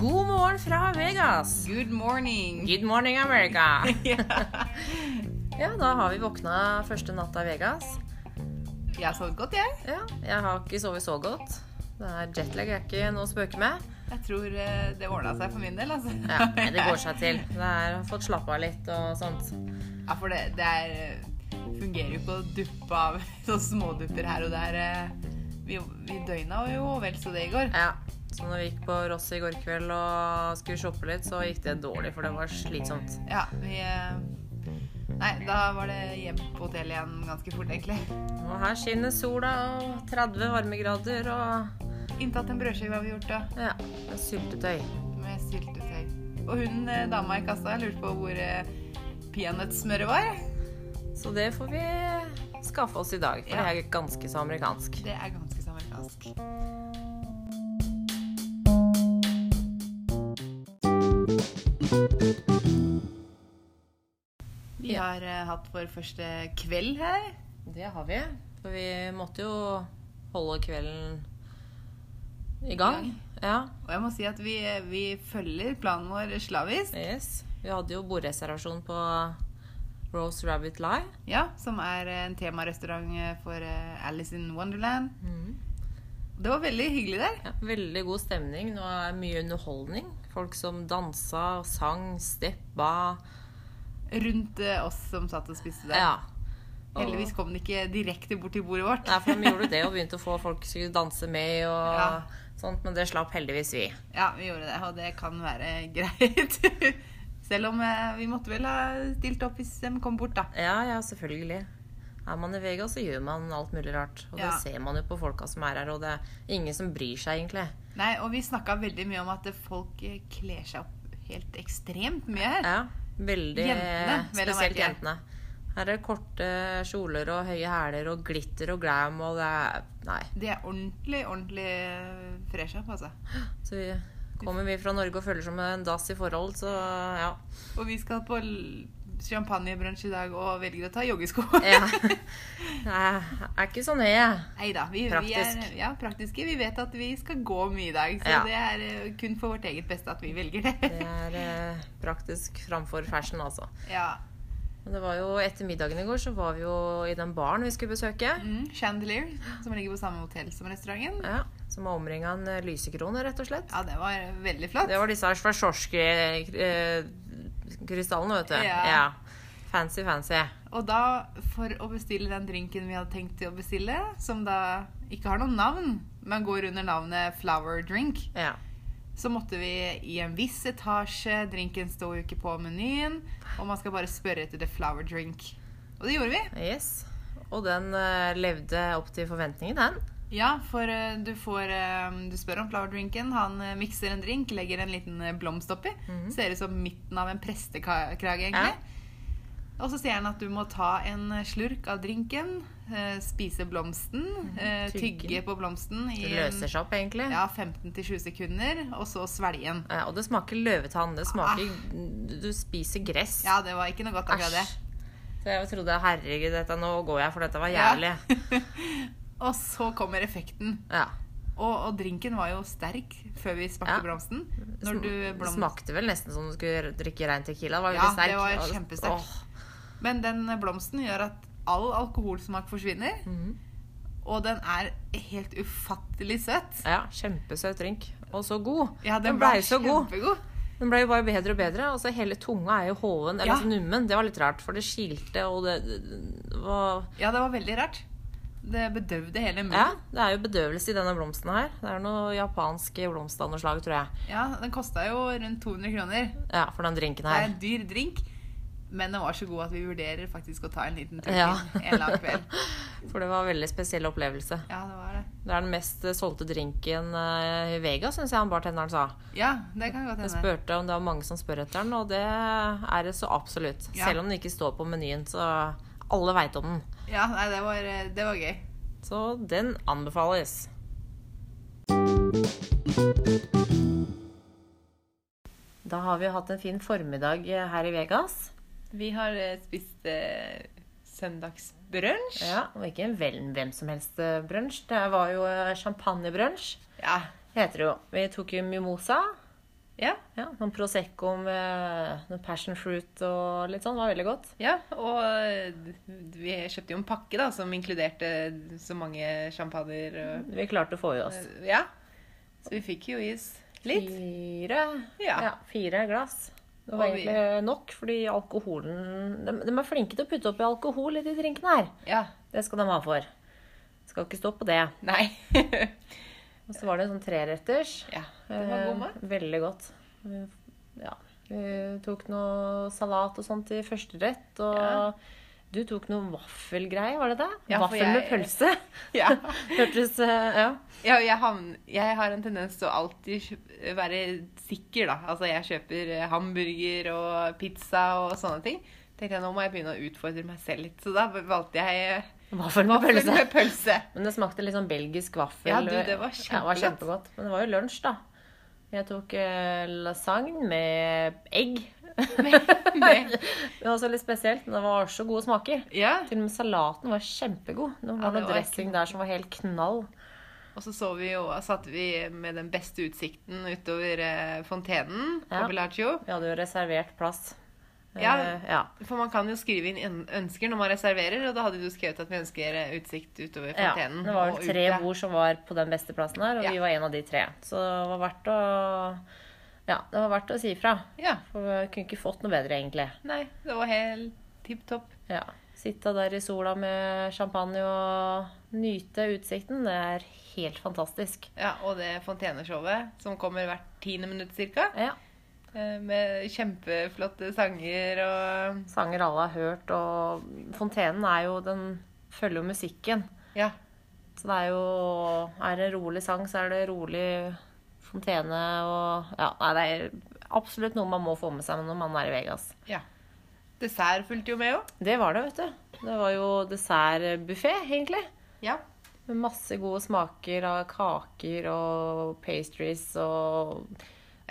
God morgen fra Vegas! Good morning! Good morning, America! Ja. Ja, da har vi våkna første natta i Vegas. Jeg sov godt, jeg. Ja, jeg har ikke sovet så godt. Det er jetlag er ikke noe å spøke med. Jeg tror eh, det ordna seg for min del. altså. Ja, nei, det går seg til. Det er, har fått slappa av litt og sånt. Ja, for det, det er, eh, fungerer jo ikke å duppe av sånne smådupper her og der. eh. Vi, vi døgna jo vel så det i går. Ja, så når vi gikk på Ross i går kveld og skulle shoppe litt, så gikk det dårlig, for det var slitsomt. Ja, vi eh, Nei, da var det hjem på hotellet igjen ganske fort, egentlig. Og her skinner sola og 30 varmegrader og Inntatt en brødskive har vi gjort, da. ja, syltetøy. Med syltetøy. Og hun eh, dama i kassa lurte på hvor eh, peanøttsmøret var. Så det får vi skaffe oss i dag, for Ja. det er ganske så amerikansk. Det er ganske så amerikansk. Vi Ja. har eh, hatt vår første kveld her. Det har vi. For vi måtte jo holde kvelden i gang. Ja. Og jeg må si at vi, eh, vi følger planen vår slavisk. Yes. Vi hadde jo bordreservasjon på Rose Rabbit Lie. Ja, som er eh, en temarestaurant eh, for eh, Alice in Wonderland. Det var veldig hyggelig der. Ja, veldig god stemning. Nå er mye underholdning. Folk som dansa, sang, steppa. Rundt eh, oss som satt og spiste der. Ja. Og- Heldigvis kom det ikke direkte bort til bordet vårt. Nei, for de gjorde det og begynte å få folk som skulle danse med og Ja. sånt, men det slapp heldigvis vi. Ja, vi gjorde det, og det kan være greit. Selv om eh, vi måtte vel ha stilt opp hvis de kom bort, da. Ja, ja, selvfølgelig. Er man i Vegas, så gjør man alt mulig rart. Og Ja. det ser man jo på folka som er her, og det er ingen som bryr seg, egentlig. Nei, og vi snakka veldig mye om at folk eh, kler seg opp helt ekstremt mye her. Ja, veldig Jentene, vel å Spesielt merke. jentene. Her er det korte kjoler og høye hæler og glitter og glam og det er Nei. De er ordentlig, ordentlig eh, fresh up, altså. Så vi kommer vi fra Norge og føler som en dass i forhold, så ja. Og vi skal på l- champagnebrunsj i dag og velger å ta joggesko. ja. Jeg er ikke så nøye. Nei da. Vi, vi er Praktisk. ja, praktiske. Vi vet at vi skal gå mye i dag, så Ja. det er eh, kun for vårt eget beste at vi velger det. Det er eh, praktisk framfor fashion, altså. Ja. Men det var jo etter middagen i går, så var vi jo i den baren vi skulle besøke. Mm, Chandelier, som ligger på samme hotell som restauranten. Ja, Som var omringa av en eh, lysekrone, rett og slett. Ja, det var veldig flott. Det var disse her Svarsjorsk-krystallene, vet du. Ja. Fancy, fancy. Og da, for å bestille den drinken vi hadde tenkt å bestille, som da ikke har noe navn, men går under navnet flower drink, Ja. så måtte vi i en viss etasje. Drinken sto jo ikke på menyen, og man skal bare spørre etter the flower drink. Og det gjorde vi. Yes. Og den eh, levde opp til forventningen, den. Ja, for eh, du får eh, Du spør om flower drinken. Han eh, mikser en drink, legger en liten eh, blomst oppi. Mhm. Ser ut som midten av en prestekrage, egentlig. Og så sier han at du må ta en eh, slurk av drinken, eh, spise blomsten, eh, Mhm. tygge. tygge på blomsten i Det en- løser seg opp, egentlig. ja, 15-20 sekunder, og så svelge den. Eh, og det smaker løvetann. Det smaker Du spiser gress. Ah. Ja, det var ikke noe godt akkurat det. Så jeg trodde herregud, dette, nå går jeg, for dette var Ja. jævlig. Og så kommer effekten. Ja. Og, og drinken var jo sterk før vi smakte Ja. Mm, blomsten. Når Sm- du blom- Smakte vel nesten som du skulle drikke rein tequila. Det var Ja, veldig sterk. det var Og- kjempesterk. Åh, Men den blomsten gjør at all alkoholsmak forsvinner. Mm. Og den er helt ufattelig søt. ja, kjempesøt drink. Og så god. Ja, den, ble var så god. kjempegod. Den ble jo bare bedre og bedre. Altså, hele tunga er jo hoven, eller Ja. altså nummen. Det var litt rart, for det skilte, og det, det var Ja, det var veldig rart. Det bedøvde hele Ja, munnen. det er jo bedøvelse i denne blomsten her. Det er noe japansk blomst av noe slag, tror jeg. Ja, Den kosta jo rundt 200 kroner. Ja, for den drinken Det er her. en dyr drink. Men den var så god at vi vurderer faktisk å ta en liten tur Ja. til en eller annen kveld. For det var en veldig spesiell opplevelse. Ja, det var det. Det er den mest eh, solgte drinken eh, i Vegas, syns jeg han bartenderen sa. Ja, det kan godt Jeg hende. spurte om det var mange som spør etter den, og det er det så absolutt. Ja. Selv om den ikke står på menyen, så alle veit om den. Ja, nei, det var, eh, det var gøy. Så den anbefales. Da har vi hatt en fin formiddag eh, her i Vegas. Vi har eh, spist eh, søndagsbrunsj. Ja, og ikke en vel, hvem som helst eh, brunsj. Det var jo eh, champagnebrunsj, Ja. heter det jo. Vi tok jo mimosa. Ja. Ja, noen Prosecco med noe passion fruit og litt sånn. Var veldig godt. ja. Og eh, vi kjøpte jo en pakke da, som inkluderte så mange sjampanjer. og- eh, Vi klarte å få i oss Ja. Så vi fikk jo is litt. fire, Ja. fire glass. Det var Og vi- egentlig nok, fordi alkoholen de, de er flinke til å putte oppi alkohol i de drinkene her. Ja. Det skal de ha for. Skal ikke stå på det. Nei. Og så var det en sånn treretters. ja. Det var god mat. Eh, Veldig godt. Eh, Ja. Vi tok noe salat og sånt til førsterett, og Ja. du tok noe vaffelgreier, var det det? Ja, for Vaffel med jeg- pølse. Ja. Hørtes eh, Ja. Ja, og jeg, havn- jeg har en tendens til å alltid kjøp- være sikker, da. Altså, jeg kjøper eh, hamburger og pizza og sånne ting. Tenkte jeg, nå må jeg begynne å utfordre meg selv litt. Så da valgte jeg eh, Vaffel med pølse. med pølse. Men det smakte litt sånn belgisk vaffel. Ja, du, det var Ja, det var kjempegodt. kjempegodt. Men det var jo lunsj, da. Jeg tok eh, lasagne med egg. Med- med- Det var også litt spesielt, men det var så gode smaker. Ja, Til og med salaten var kjempegod. Det var noe det var dressing der som var helt knall. Og så så vi jo, satt vi med den beste utsikten utover eh, fontenen på Ja. Bellagio. Vi hadde jo reservert plass. Eh, Ja. ja. For man kan jo skrive inn en- ønsker når man reserverer, og da hadde du skrevet at vi ønsker eh, utsikt utover Ja, fontenen. det var og vel tre ute. bord som var på den beste plassen her, og Ja. vi var en av de tre. Så det var verdt å Ja, det var verdt å si ifra. Ja. For vi kunne ikke fått noe bedre, egentlig. Nei, det var helt tipp topp. Ja. Sitte der i sola med champagne og nyte utsikten, det er helt fantastisk. Ja, og det fonteneshowet som kommer hvert tiende minutt cirka. Ja. eh, Med kjempeflotte sanger og Sanger alle har hørt, og fontenen er jo Den følger jo musikken. Ja. Så det er jo Er det en rolig sang, så er det rolig fontene og Ja, nei, det er absolutt noe man må få med seg når man er i Vegas. ja. Dessert fulgte jo med òg. Det var det, vet du. Det var jo dessertbuffé, egentlig. Ja. Med masse gode smaker av kaker og pastries og Det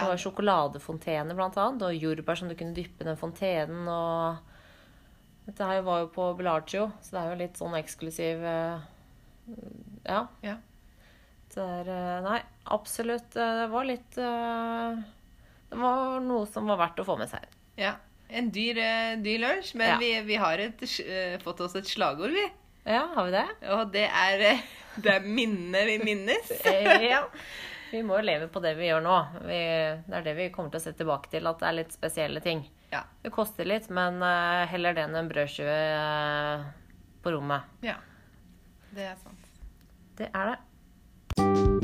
Ja. var sjokoladefontene, blant annet, og jordbær som du kunne dyppe i den fontenen, og Dette her var jo på Bellagio, så det er jo litt sånn eksklusiv eh, Ja. Ja. Så det er eh, Nei, absolutt. eh, Det var litt eh, Det var noe som var verdt å få med seg. ja. En dyr, eh, dyr lunsj, men Ja. vi, vi har et, sj- eh, fått oss et slagord, vi. Ja, har vi det? Og det er, eh, det er minnet vi minnes. Eh, ja. Vi må jo leve på det vi gjør nå. Vi, det er det vi kommer til å se tilbake til, at det er litt spesielle ting. Ja. Det koster litt, men eh, heller det enn en brødskive eh, på rommet. ja. Det er sant. Det er det.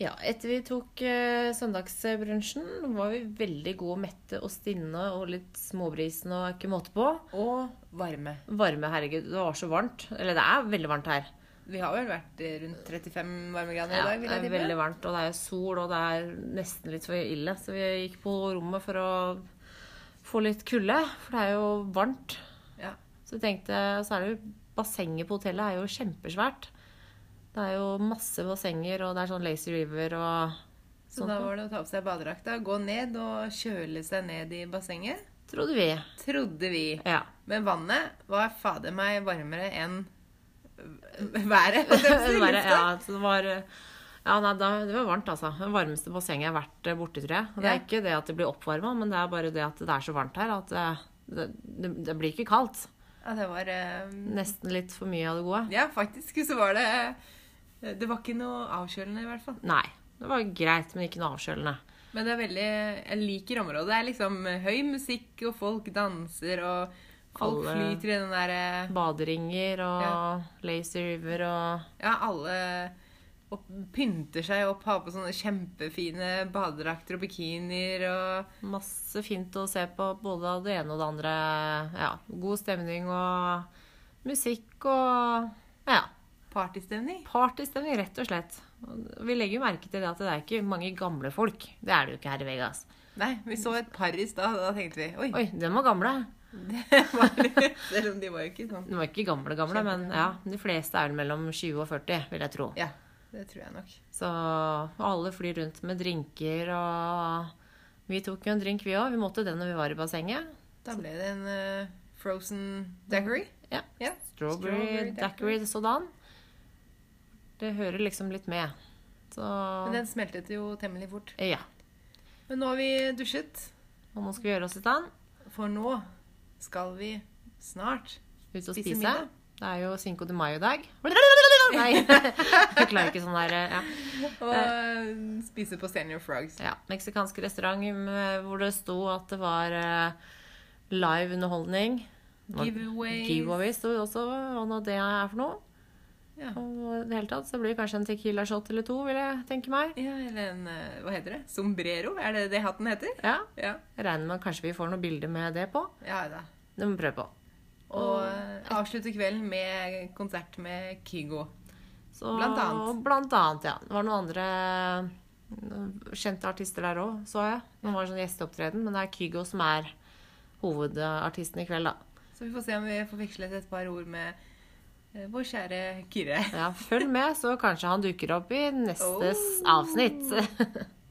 Ja, etter vi tok eh, søndagsbrunsjen, var vi veldig gode og mette og stinne og litt småbrisen og ikke måte på. Og varme. Varme, herregud, det var så varmt. Eller det er veldig varmt her. Vi har vel vært eh, rundt 35 varmegrader Ja, i det dag, vil jeg er tippe. veldig varmt, og det er sol, og det er nesten litt for ille. Så vi gikk på rommet for å få litt kulde, for det er jo varmt. Ja. Så vi tenkte, så er det jo Bassenget på hotellet er jo kjempesvært. Det er jo masse bassenger, og det er sånn Lazy River og sånt. Så sånn da var det å ta på seg badedrakta, gå ned og kjøle seg ned i bassenget. Trodde vi. Trodde vi. Ja. Men vannet var fader meg varmere enn været. holdt jeg på å si, Bare, lufta. ja, så det var ja, nei, da, det var varmt, altså. Det varmeste bassenget jeg har vært eh, borti, tror jeg. Og det er Ja. ikke det at det blir oppvarma, men det er bare det at det er så varmt her at det, det, det, det blir ikke kaldt. ja, det var eh, Nesten litt for mye av det gode. Ja, faktisk så var det eh, Det var ikke noe avkjølende, i hvert fall. Nei. Det var greit, men ikke noe avkjølende. Men det er veldig Jeg liker området. Det er liksom høy musikk, og folk danser, og folk Alle- flyter i den eh, derre Baderinger og Ja. Lazy River og Ja, alle opp, pynter seg opp, har på sånne kjempefine badedrakter og bikinier og masse fint å se på. Både av det ene og det andre. Ja, god stemning og musikk og ja. Partystemning? Partystemning, rett og slett. Og Vi legger jo merke til det at det er ikke mange gamle folk. Det er det jo ikke her i Vegas. Nei, vi så et par i stad, og da tenkte vi oi, Oi, den var gamle. det var litt Selv om de var jo ikke sånn. Den var ikke gamle-gamle, men ja, de fleste er vel mellom 20 og 40, vil jeg tro. Ja, det tror jeg nok. Så og alle flyr rundt med drinker og Vi tok jo en drink, vi òg. Vi måtte det når vi var i bassenget. Da ble det en eh, frozen daggery. Ja. Ja. Strawberry, Strawberry daiquiri, sådan. Det hører liksom litt med. Så eh, Men den smeltet jo temmelig fort. Ja. Men nå har vi dusjet, Og nå skal vi gjøre oss i stand. for nå skal vi snart Ut og spise spise. middag. Det er jo Cinco de Mayo i dag. Nei, jeg klarer ikke sånn der ja. Og eh, spise på Senior Frogs. ja. Meksikansk restaurant med- hvor det sto at det var eh, live underholdning. Giveaways. Giveaway sto jo også hva nå det er for noe. Ja. Og i det hele tatt så blir det kanskje en Tequila shot eller to, vil jeg tenke meg. ja, eller en eh, Hva heter det? Sombrero? Er det det hatten heter? Ja, Ja. jeg regner med at kanskje vi får noen bilder med det på. ja da. Det må vi prøve på. Og eh, avslutte kvelden med konsert med Kygo. Så, Blant annet. Blant annet, ja. Det var noen andre eh, kjente artister der òg, så jeg. Noen var sånn gjesteopptreden, men det er Kygo som er hovedartisten i kveld, da. Så vi får se om vi får vekslet et par ord med eh, vår kjære Kyrre. Ja, følg med, så kanskje han dukker opp i Oh. nestes avsnitt.